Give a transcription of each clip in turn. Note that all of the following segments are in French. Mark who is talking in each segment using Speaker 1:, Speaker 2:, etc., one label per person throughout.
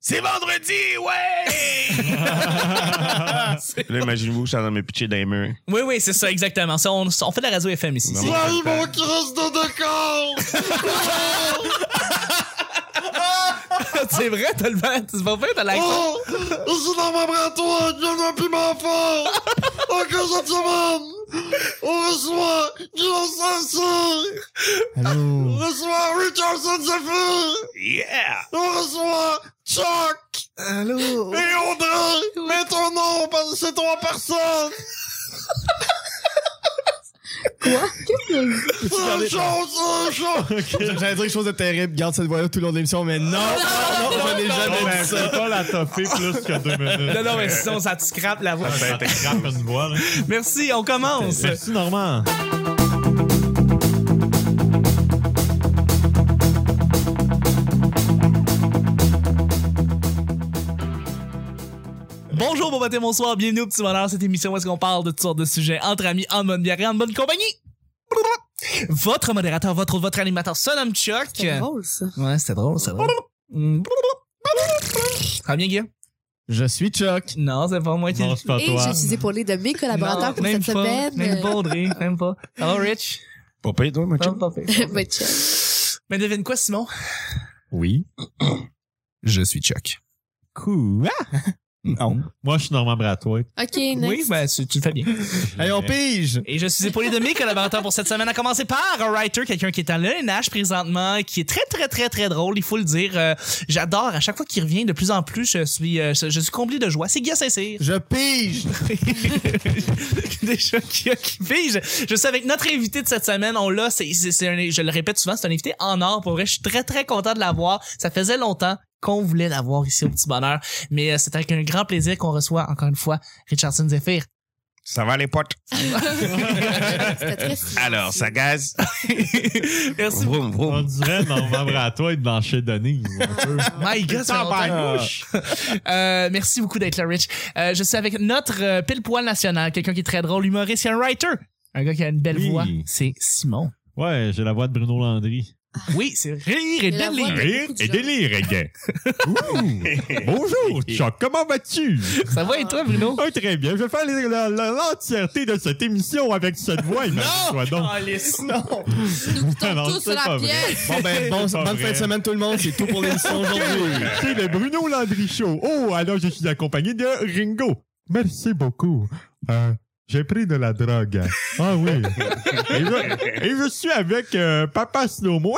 Speaker 1: C'est vendredi, ouais!
Speaker 2: Là, imaginez-vous que ça en a pitché dans les murs.
Speaker 3: Oui, oui, c'est ça, exactement. Ça, on, on fait de la radio FM ici.
Speaker 2: Non.
Speaker 4: J'arrive mon Christ de décor!
Speaker 3: c'est vrai, t'as le vent. C'est pas vrai, t'as l'accent.
Speaker 4: Oh! Je suis dans ma bratoie, il y en a plus ma Oh, fort! Ok, cette semaine, on reçoit Guillaume Oh, Saint-Cyr! On reçoit Richardson Zephyr!
Speaker 1: yeah!
Speaker 4: On reçoit Oh, Chuck! Allô? Et Audrey! Mets ton nom parce que c'est trois personnes!
Speaker 5: Quoi? Qu'est-ce que c'est?
Speaker 4: C'est chaud, c'est chaud!
Speaker 6: J'allais dire quelque chose de terrible, garde cette voix-là tout le long de l'émission, mais non, non, non, je n'ai
Speaker 7: Non,
Speaker 6: jamais
Speaker 7: mais
Speaker 6: dit ça.
Speaker 7: c'est pas la topper plus que deux minutes.
Speaker 3: Non, non, mais sinon, ça te scrape la voix.
Speaker 7: Ça te crappe une voix, là.
Speaker 3: Merci, on commence.
Speaker 7: Merci, Normand.
Speaker 3: Bonjour, bon matin, bonsoir, bienvenue au Petit Bonheur, cette émission où est-ce qu'on parle de toutes sortes de sujets entre amis, en bonne bière et en bonne compagnie. Votre modérateur, votre votre animateur, son nom Chuck.
Speaker 5: C'est drôle, ça.
Speaker 3: Ouais, c'était drôle, c'était drôle. Mm. Ça va bien, Guillaume?
Speaker 6: Je suis Chuck.
Speaker 3: Non, c'est pas moi qui...
Speaker 7: Non, c'est pas
Speaker 5: Et
Speaker 7: toi.
Speaker 5: je suis épaulée de mes collaborateurs
Speaker 3: Non,
Speaker 5: pour
Speaker 3: même
Speaker 5: cette
Speaker 3: pas,
Speaker 5: semaine.
Speaker 3: Même pas, Audrey, même pas. Ça va, Rich?
Speaker 2: Pas payé, toi, ma chum?
Speaker 3: Pas fait.
Speaker 5: Ben, tchao.
Speaker 3: Mais devine quoi, Simon?
Speaker 6: Oui.
Speaker 3: Je suis Chuck.
Speaker 6: Quoi? Non.
Speaker 7: Moi, je suis Normand Bratois.
Speaker 5: Ok,
Speaker 3: Oui,
Speaker 5: next.
Speaker 3: ben, c'est- tu le fais bien.
Speaker 6: Hey, on pige!
Speaker 3: Et je suis épaulé de mes collaborateurs pour cette semaine, à commencer par un writer, quelqu'un qui est en LNH présentement, qui est très, très, très, très drôle, il faut le dire. Euh, J'adore, à chaque fois qu'il revient, de plus en plus, je suis, euh, je je suis comblé de joie. C'est Guy Saint-Cyr.
Speaker 6: Je pige!
Speaker 3: Déjà, qui a qui pige. Je suis avec notre invité de cette semaine, on l'a, c'est, c'est- c'est un- je le répète souvent, c'est un invité en or, pour vrai. Je suis très, très content de l'avoir. Ça faisait longtemps qu'on voulait l'avoir ici au Petit Bonheur, mais euh, c'est avec un grand plaisir qu'on reçoit, encore une fois, Richardson Zephyr.
Speaker 2: Ça va, les potes?
Speaker 5: C'était très silencieux.
Speaker 2: Alors, ça gaz?
Speaker 3: Merci beaucoup.
Speaker 2: Vroom,
Speaker 7: On
Speaker 2: vroom.
Speaker 7: dirait Normand Bratois et Blanchet Denise. un peu.
Speaker 3: My God, ça fait longtemps. Euh, merci beaucoup d'être là, Rich. Euh, je suis avec notre euh, pile poil national, quelqu'un qui est très drôle, humoriste et un writer. Un gars qui a une belle
Speaker 7: Oui.
Speaker 3: voix, c'est Simon.
Speaker 7: Ouais, j'ai la voix de Bruno Landry.
Speaker 3: Oui, c'est rire et
Speaker 5: Et la
Speaker 3: délire.
Speaker 5: voix
Speaker 7: Rire et délire, gars. Ouh. Bonjour, Chuck. Comment vas-tu?
Speaker 5: Oh.
Speaker 3: Ça va et toi, Bruno?
Speaker 7: Ah, très bien. Je vais faire les- la- la- l'entièreté de cette émission avec cette voix. Imagine-toi donc.
Speaker 5: Ah,
Speaker 6: Non!
Speaker 5: Nous quittons
Speaker 7: Alors,
Speaker 5: tous
Speaker 7: c'est
Speaker 5: la
Speaker 7: pas vrai.
Speaker 5: pièce.
Speaker 6: Bon, ben, bon,
Speaker 7: C'est pas
Speaker 6: bonne
Speaker 7: vrai.
Speaker 6: fin de semaine, tout le monde. C'est tout
Speaker 2: Euh,
Speaker 6: pour l'émission aujourd'hui.
Speaker 7: C'est le Bruno Landry Show. Oh, alors je suis accompagné de Ringo. Merci beaucoup. Euh, j'ai pris de la drogue. Ah oui. Et je, et je suis avec euh, Papa Snowmo.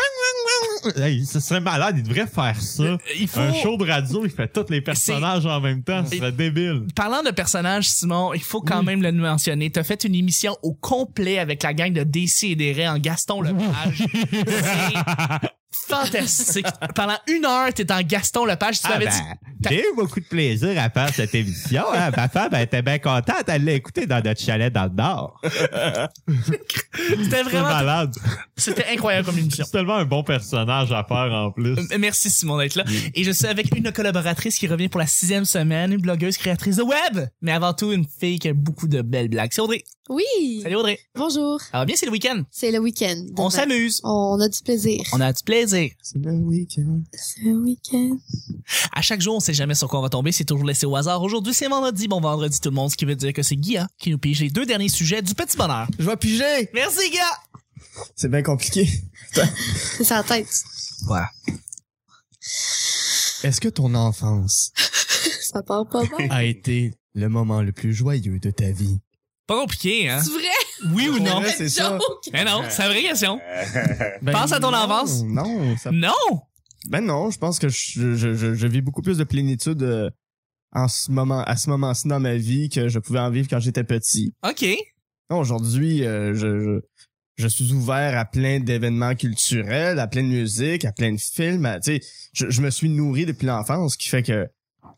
Speaker 7: Hey, ce serait malade, il devrait faire ça.
Speaker 3: Il faut.
Speaker 7: Un show de radio, il fait tous les personnages en même temps. Ce serait débile.
Speaker 3: Parlant de personnages, Simon, il faut quand même le mentionner. T'as fait une émission au complet avec la gang de DC et des Raies en Gaston Lepage. C'est fantastique. Pendant une heure, t'es en Gaston Lepage.
Speaker 7: Ah,
Speaker 3: Tu m'avais
Speaker 7: ben,
Speaker 3: dit.
Speaker 7: J'ai eu beaucoup de plaisir à faire cette émission. hein. Ma femme elle était bien contente. Elle l'a écouté dans notre chalet dans le Nord.
Speaker 3: C'était
Speaker 7: C'est
Speaker 3: vraiment.
Speaker 7: malade.
Speaker 3: C'était incroyable comme émission.
Speaker 7: C'est tellement un bon personnage à faire en plus.
Speaker 3: Euh, Merci Simon d'être là. Et je suis avec une collaboratrice qui revient pour la sixième semaine, une blogueuse créatrice de web, mais avant tout une fille qui a beaucoup de belles blagues. C'est Audrey.
Speaker 5: Oui.
Speaker 3: Salut Audrey.
Speaker 5: Bonjour.
Speaker 3: Ça va bien, c'est le week-end.
Speaker 5: C'est le week-end.
Speaker 3: On
Speaker 5: demain.
Speaker 3: s'amuse.
Speaker 5: On a du plaisir.
Speaker 3: On a du plaisir.
Speaker 6: C'est le week-end.
Speaker 5: C'est le week-end.
Speaker 3: À chaque jour, on sait jamais sur quoi on va tomber. C'est toujours laissé au hasard. Aujourd'hui, c'est vendredi. Bon vendredi tout le monde, ce qui veut dire que c'est Guy hein, qui nous pige les deux derniers sujets du petit bonheur.
Speaker 6: Je vais piger!
Speaker 3: Merci Guy.
Speaker 6: C'est bien compliqué.
Speaker 5: C'est sa tête.
Speaker 6: Est-ce que ton enfance
Speaker 5: Ça part pas mal.
Speaker 6: a été le moment le plus joyeux de ta vie?
Speaker 3: Pas compliqué, hein?
Speaker 5: C'est vrai?
Speaker 3: Oui ou non?
Speaker 6: Ouais, c'est ça.
Speaker 5: Joke.
Speaker 3: Mais non, c'est la vraie question.
Speaker 6: Ben,
Speaker 3: Pense à ton
Speaker 6: non,
Speaker 3: enfance.
Speaker 6: Non, ça
Speaker 3: Non!
Speaker 6: Ben non, je pense que je, je, je, je vis beaucoup plus de plénitude euh, en ce moment, à ce moment-ci dans ma vie que je pouvais en vivre quand j'étais petit.
Speaker 3: OK.
Speaker 6: Non, aujourd'hui, euh, je, je, je suis ouvert à plein d'événements culturels, à plein de musique, à plein de films. à- Tu sais, je, je me suis nourri depuis l'enfance, ce qui fait que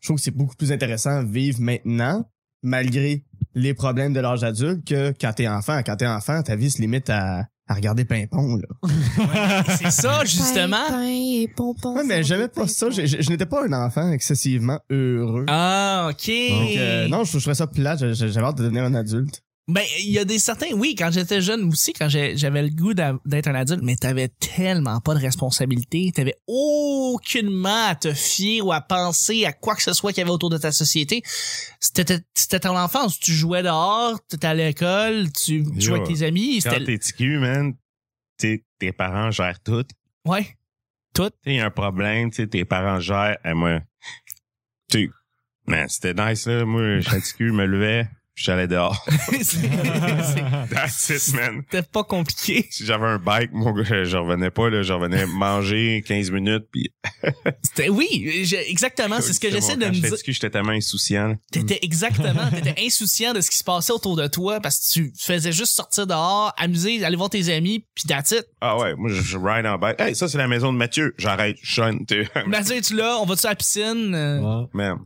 Speaker 6: je trouve que c'est beaucoup plus intéressant à vivre maintenant, malgré les problèmes de l'âge adulte, que quand t'es enfant. Quand t'es enfant, ta vie se limite à, à regarder Pimpon, là.
Speaker 3: C'est ça, justement.
Speaker 5: Pain, pain et pompons.
Speaker 6: Ouais, mais j'aimais pas ça. Je, je- je n'étais pas un enfant excessivement heureux.
Speaker 3: Ah, OK.
Speaker 6: euh, Donc, euh, non, je, je trouvais ça plat. J'avais hâte de devenir un adulte.
Speaker 3: Ben, il y a des certains, oui, quand j'étais jeune aussi, quand j'ai- j'avais le goût d'a- d'être un adulte, mais t'avais tellement pas de responsabilité, t'avais aucunement à te fier ou à penser à quoi que ce soit qu'il y avait autour de ta société. C'était c'était ton enfance, tu jouais dehors, t'étais à l'école, tu tu jouais avec tes amis,
Speaker 2: Quand
Speaker 3: c'était...
Speaker 2: t'es ticu, man, t'sais, tes parents gèrent tout.
Speaker 3: Ouais,
Speaker 2: T'sais, il y a un problème, t'sais, tes parents gèrent. Eh, moi, t'sais, man, c'était nice, là. Moi, j'étais ticu, je me levais, j'allais dehors.
Speaker 3: C'est- c'est-
Speaker 6: Ah.
Speaker 2: That's it, man.
Speaker 3: c'était pas compliqué.
Speaker 2: Si j'avais un bike, mon gars, je revenais pas, là. Je revenais manger 15 minutes, puis...
Speaker 3: C'était, oui, j'ai- exactement, c'est ce que j'essaie de
Speaker 2: Quand
Speaker 3: me
Speaker 2: j'étais
Speaker 3: dire.
Speaker 2: ticu, j'étais tellement insouciant, là.
Speaker 3: T'étais
Speaker 6: Mm.
Speaker 3: exactement, t'étais insouciant de ce qui se passait autour de toi parce que tu faisais juste sortir dehors, amuser, aller voir tes amis, puis that's it.
Speaker 2: Ah ouais, moi, je, je ride en bike. Hey, ça, c'est la maison de Mathieu. J'arrête, je sonne, t'sais.
Speaker 3: Mathieu, es-tu là? On va-tu à la piscine? Euh,
Speaker 2: Man.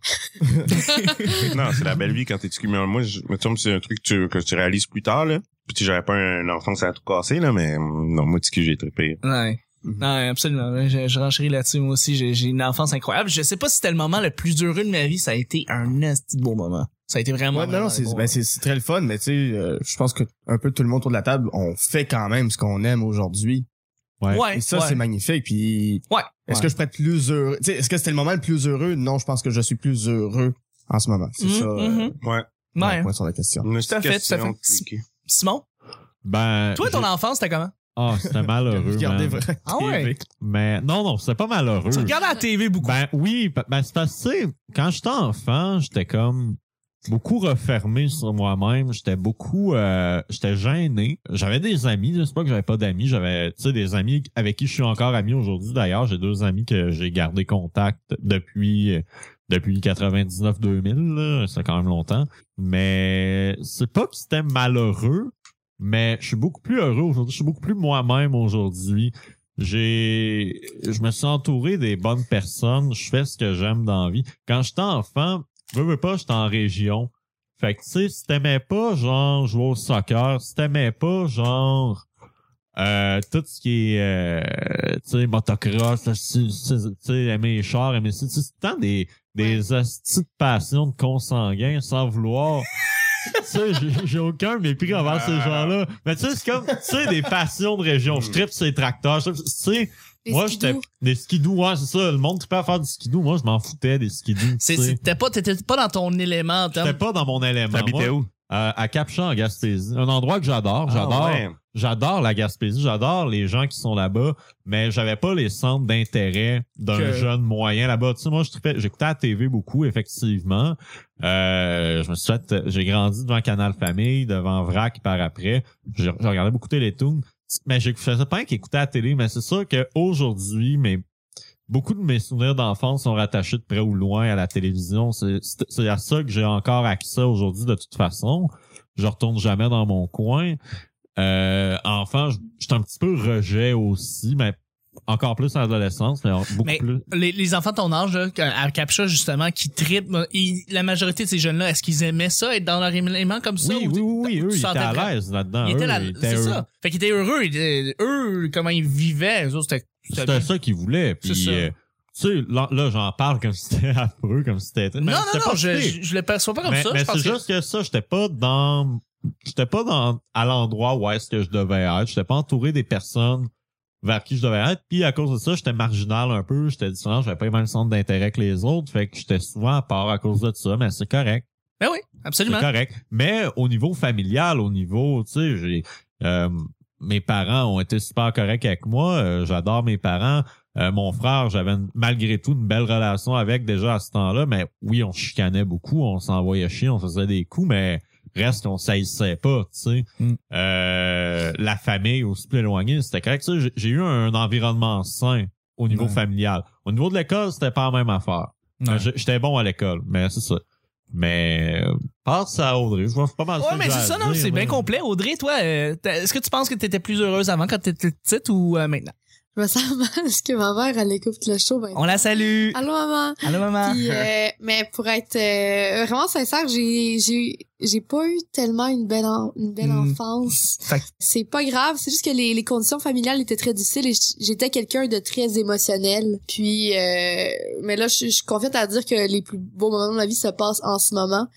Speaker 2: non, c'est la belle vie quand t'es ticu. Mais moi, je me tombe, c'est un truc que tu, que tu réalises plus tard, là. Puis tu sais, j'avais pas un enfant, ça a tout cassé, là, mais mm, non, moi, ticu, j'ai trippé.
Speaker 3: Ouais.
Speaker 6: Mm-hmm.
Speaker 3: Ouais, absolument. Ouais, Je, je renchéris là-dessus, moi aussi. J'ai j'ai une enfance incroyable. Je sais pas si c'était le moment le plus heureux de ma vie. Ça a été un esti de beau moment. Ça a été vraiment.
Speaker 6: Ouais, non,
Speaker 3: vraiment
Speaker 6: non,
Speaker 3: un
Speaker 6: c'est
Speaker 3: beau
Speaker 6: ben, c'est- c'est très le fun, mais tu sais, euh, je pense que un peu tout le monde autour de la table, on fait quand même ce qu'on aime aujourd'hui.
Speaker 3: moment.
Speaker 6: Et
Speaker 3: Ouais,
Speaker 6: ça,
Speaker 3: ouais.
Speaker 6: c'est magnifique. Puis,
Speaker 3: Ouais.
Speaker 6: est-ce que je pourrais être plus heureux? Tu sais, est-ce que c'était le moment le plus heureux? Non, je pense que je suis plus heureux en ce moment. C'est
Speaker 3: Mhm,
Speaker 6: ça, euh,
Speaker 3: mhm.
Speaker 2: Ouais.
Speaker 6: mon
Speaker 3: Ouais.
Speaker 6: point sur la question.
Speaker 2: Tout
Speaker 3: à fait, tout à fait. Simon,
Speaker 7: Ben.
Speaker 3: toi, ton
Speaker 7: j'ai-
Speaker 3: enfance, c'était comment?
Speaker 7: Ah, c'était malheureux.
Speaker 6: Regardez
Speaker 7: man.
Speaker 6: vraiment.
Speaker 3: Ah ouais.
Speaker 7: Mais non, non, c'était pas malheureux.
Speaker 3: Tu regardes la TV beaucoup.
Speaker 7: Ben oui, pa- ben c'est parce que, tu sais, quand j'étais enfant, j'étais comme beaucoup refermé sur moi-même. J'étais beaucoup, euh, j'étais gêné. J'avais des amis, là, c'est pas que j'avais pas d'amis. J'avais, tu sais, des amis avec qui je suis encore ami aujourd'hui. D'ailleurs, j'ai deux amis que j'ai gardé contact depuis, depuis 99-2000, là. C'est quand même longtemps. Mais c'est pas que c'était malheureux, mais je suis beaucoup plus heureux aujourd'hui. Je suis beaucoup plus moi-même aujourd'hui. J'ai, je me suis entouré des bonnes personnes. Je fais ce que j'aime dans la vie. Quand j'étais enfant, veux, veux pas, j'étais en région. Fait que, tu sais, si t'aimais pas, genre, jouer au soccer, si t'aimais pas, genre, euh, tout ce qui est, euh, tu sais, motocross, là, si- si- tu sais, aimer les chars, aimer ça, tu sais, c'est tout le temps des, des hosties de passion de consanguins sans vouloir. tu sais, j'ai- j'ai aucun mépris envers ces gens-là. Mais tu sais, c'est comme, tu sais, des passions de région. Je tripe ces tracteurs, je tripe- tu sais,
Speaker 5: Les
Speaker 7: moi,
Speaker 5: skidoo.
Speaker 7: j'étais des skidoo, ouais, c'est ça. Le monde qui peut faire du skidoo, moi, je m'en foutais des skidoo.
Speaker 3: C'est-
Speaker 7: tu sais.
Speaker 3: C'était pas, t'étais pas dans ton élément en termes-
Speaker 7: J'étais pas dans mon élément.
Speaker 2: T'habitais
Speaker 7: moi.
Speaker 2: où?
Speaker 7: Euh, à Cap-Champ, en Gaspésie. Un endroit que j'adore. J'adore.
Speaker 2: Ah ouais.
Speaker 7: J'adore la Gaspésie. J'adore les gens qui sont là-bas. Mais j'avais pas les centres d'intérêt d'un
Speaker 3: Que-
Speaker 7: jeune moyen là-bas. Tu sais, moi, je trippais- j'écoutais la TV beaucoup, effectivement. Euh, je me suis fait, j'ai grandi devant Canal Famille, devant Vrac par après. J'ai j'ai regardé beaucoup Télétoon. Mais je faisais pas qu'écouter la télé, mais c'est sûr qu'aujourd'hui, mes beaucoup de mes souvenirs d'enfance sont rattachés de près ou loin à la télévision. C'est c'est- c'est à ça que j'ai encore accès aujourd'hui de toute façon. Je retourne jamais dans mon coin. Euh, enfant, je je suis un petit peu rejet aussi, mais encore plus en adolescence, mais beaucoup
Speaker 3: Mais-
Speaker 7: plus.
Speaker 3: les, les enfants de ton âge, là, qu'à- à Captcha, justement, qui tripent, ils- la majorité de ces jeunes-là, est-ce qu'ils aimaient ça, être dans leur élément comme ça?
Speaker 7: Oui,
Speaker 3: ou-
Speaker 7: oui, oui,
Speaker 3: tu
Speaker 7: eux, ils étaient
Speaker 3: sentais
Speaker 7: à
Speaker 3: vraiment-
Speaker 7: l'aise là-dedans.
Speaker 3: Ils
Speaker 7: eux,
Speaker 3: étaient là,
Speaker 7: ils étaient
Speaker 3: c'est
Speaker 7: heureux.
Speaker 3: ça. Fait qu'ils étaient heureux. ils étaient- eux, comment ils vivaient, eux autres, c'était...
Speaker 7: C'était ça qu'ils voulaient. Puis,
Speaker 3: C'est ça.
Speaker 7: euh, tu sais, là, là, j'en parle comme si c'était affreux, comme si c'était... mais
Speaker 3: Non, non,
Speaker 7: c'était
Speaker 3: non,
Speaker 7: pas
Speaker 3: je,
Speaker 7: pire.
Speaker 3: je, je le perçois pas comme
Speaker 7: mais,
Speaker 3: ça.
Speaker 7: mais
Speaker 3: je pense
Speaker 7: c'est
Speaker 3: que-
Speaker 7: juste que ça, j'étais pas dans, j'étais pas dans, à l'endroit où est-ce que je devais être. J'étais pas entouré des personnes vers qui je devais être. Puis à cause de ça, j'étais marginal un peu. J'étais différent. J'avais pas le même centre d'intérêt que les autres. Fait que j'étais souvent à part à cause de ça. Mais c'est correct.
Speaker 3: Ben oui, absolument.
Speaker 7: C'est correct. Mais au niveau familial, au niveau, tu sais, j'ai, euh, mes parents ont été super corrects avec moi. Euh, J'adore mes parents. Euh, mon frère, j'avais une- malgré tout une belle relation avec déjà à ce temps-là, mais oui, on se chicanait beaucoup, on s'envoyait chier, on se faisait des coups, mais reste, on saillissait pas, tu sais.
Speaker 3: Mm.
Speaker 7: Euh, la famille aussi plus éloignée, c'était correct. Tu sais, j'ai- j'ai eu un environnement sain au niveau
Speaker 6: Ouais.
Speaker 7: familial. Au niveau de l'école, c'était pas la même affaire. Euh, j'- J'étais bon à l'école, mais c'est ça. Mais euh, passe à Audrey. Je vois pas mal
Speaker 3: Ouais, mais c'est ça, non, c'est bien complet. Audrey, toi, euh, t'as- est-ce que tu penses que t'étais plus heureuse avant quand t'étais petite ou euh, maintenant?
Speaker 5: Je me sens mal parce que ma mère, elle écoute le show. Ben,
Speaker 3: On la salue.
Speaker 5: Allô, maman.
Speaker 3: Allô, maman.
Speaker 5: Puis, euh, mais pour être euh, vraiment sincère, euh, j'ai, j'ai, j'ai pas eu tellement une belle, en- une belle
Speaker 3: Hmm.
Speaker 5: enfance.
Speaker 3: Fait que-
Speaker 5: C'est pas grave, c'est juste que les, les conditions familiales étaient très difficiles et j- j'étais quelqu'un de très émotionnel. Puis, euh, mais là, je je suis confiante à dire que les plus beaux moments de ma vie se passent en ce moment.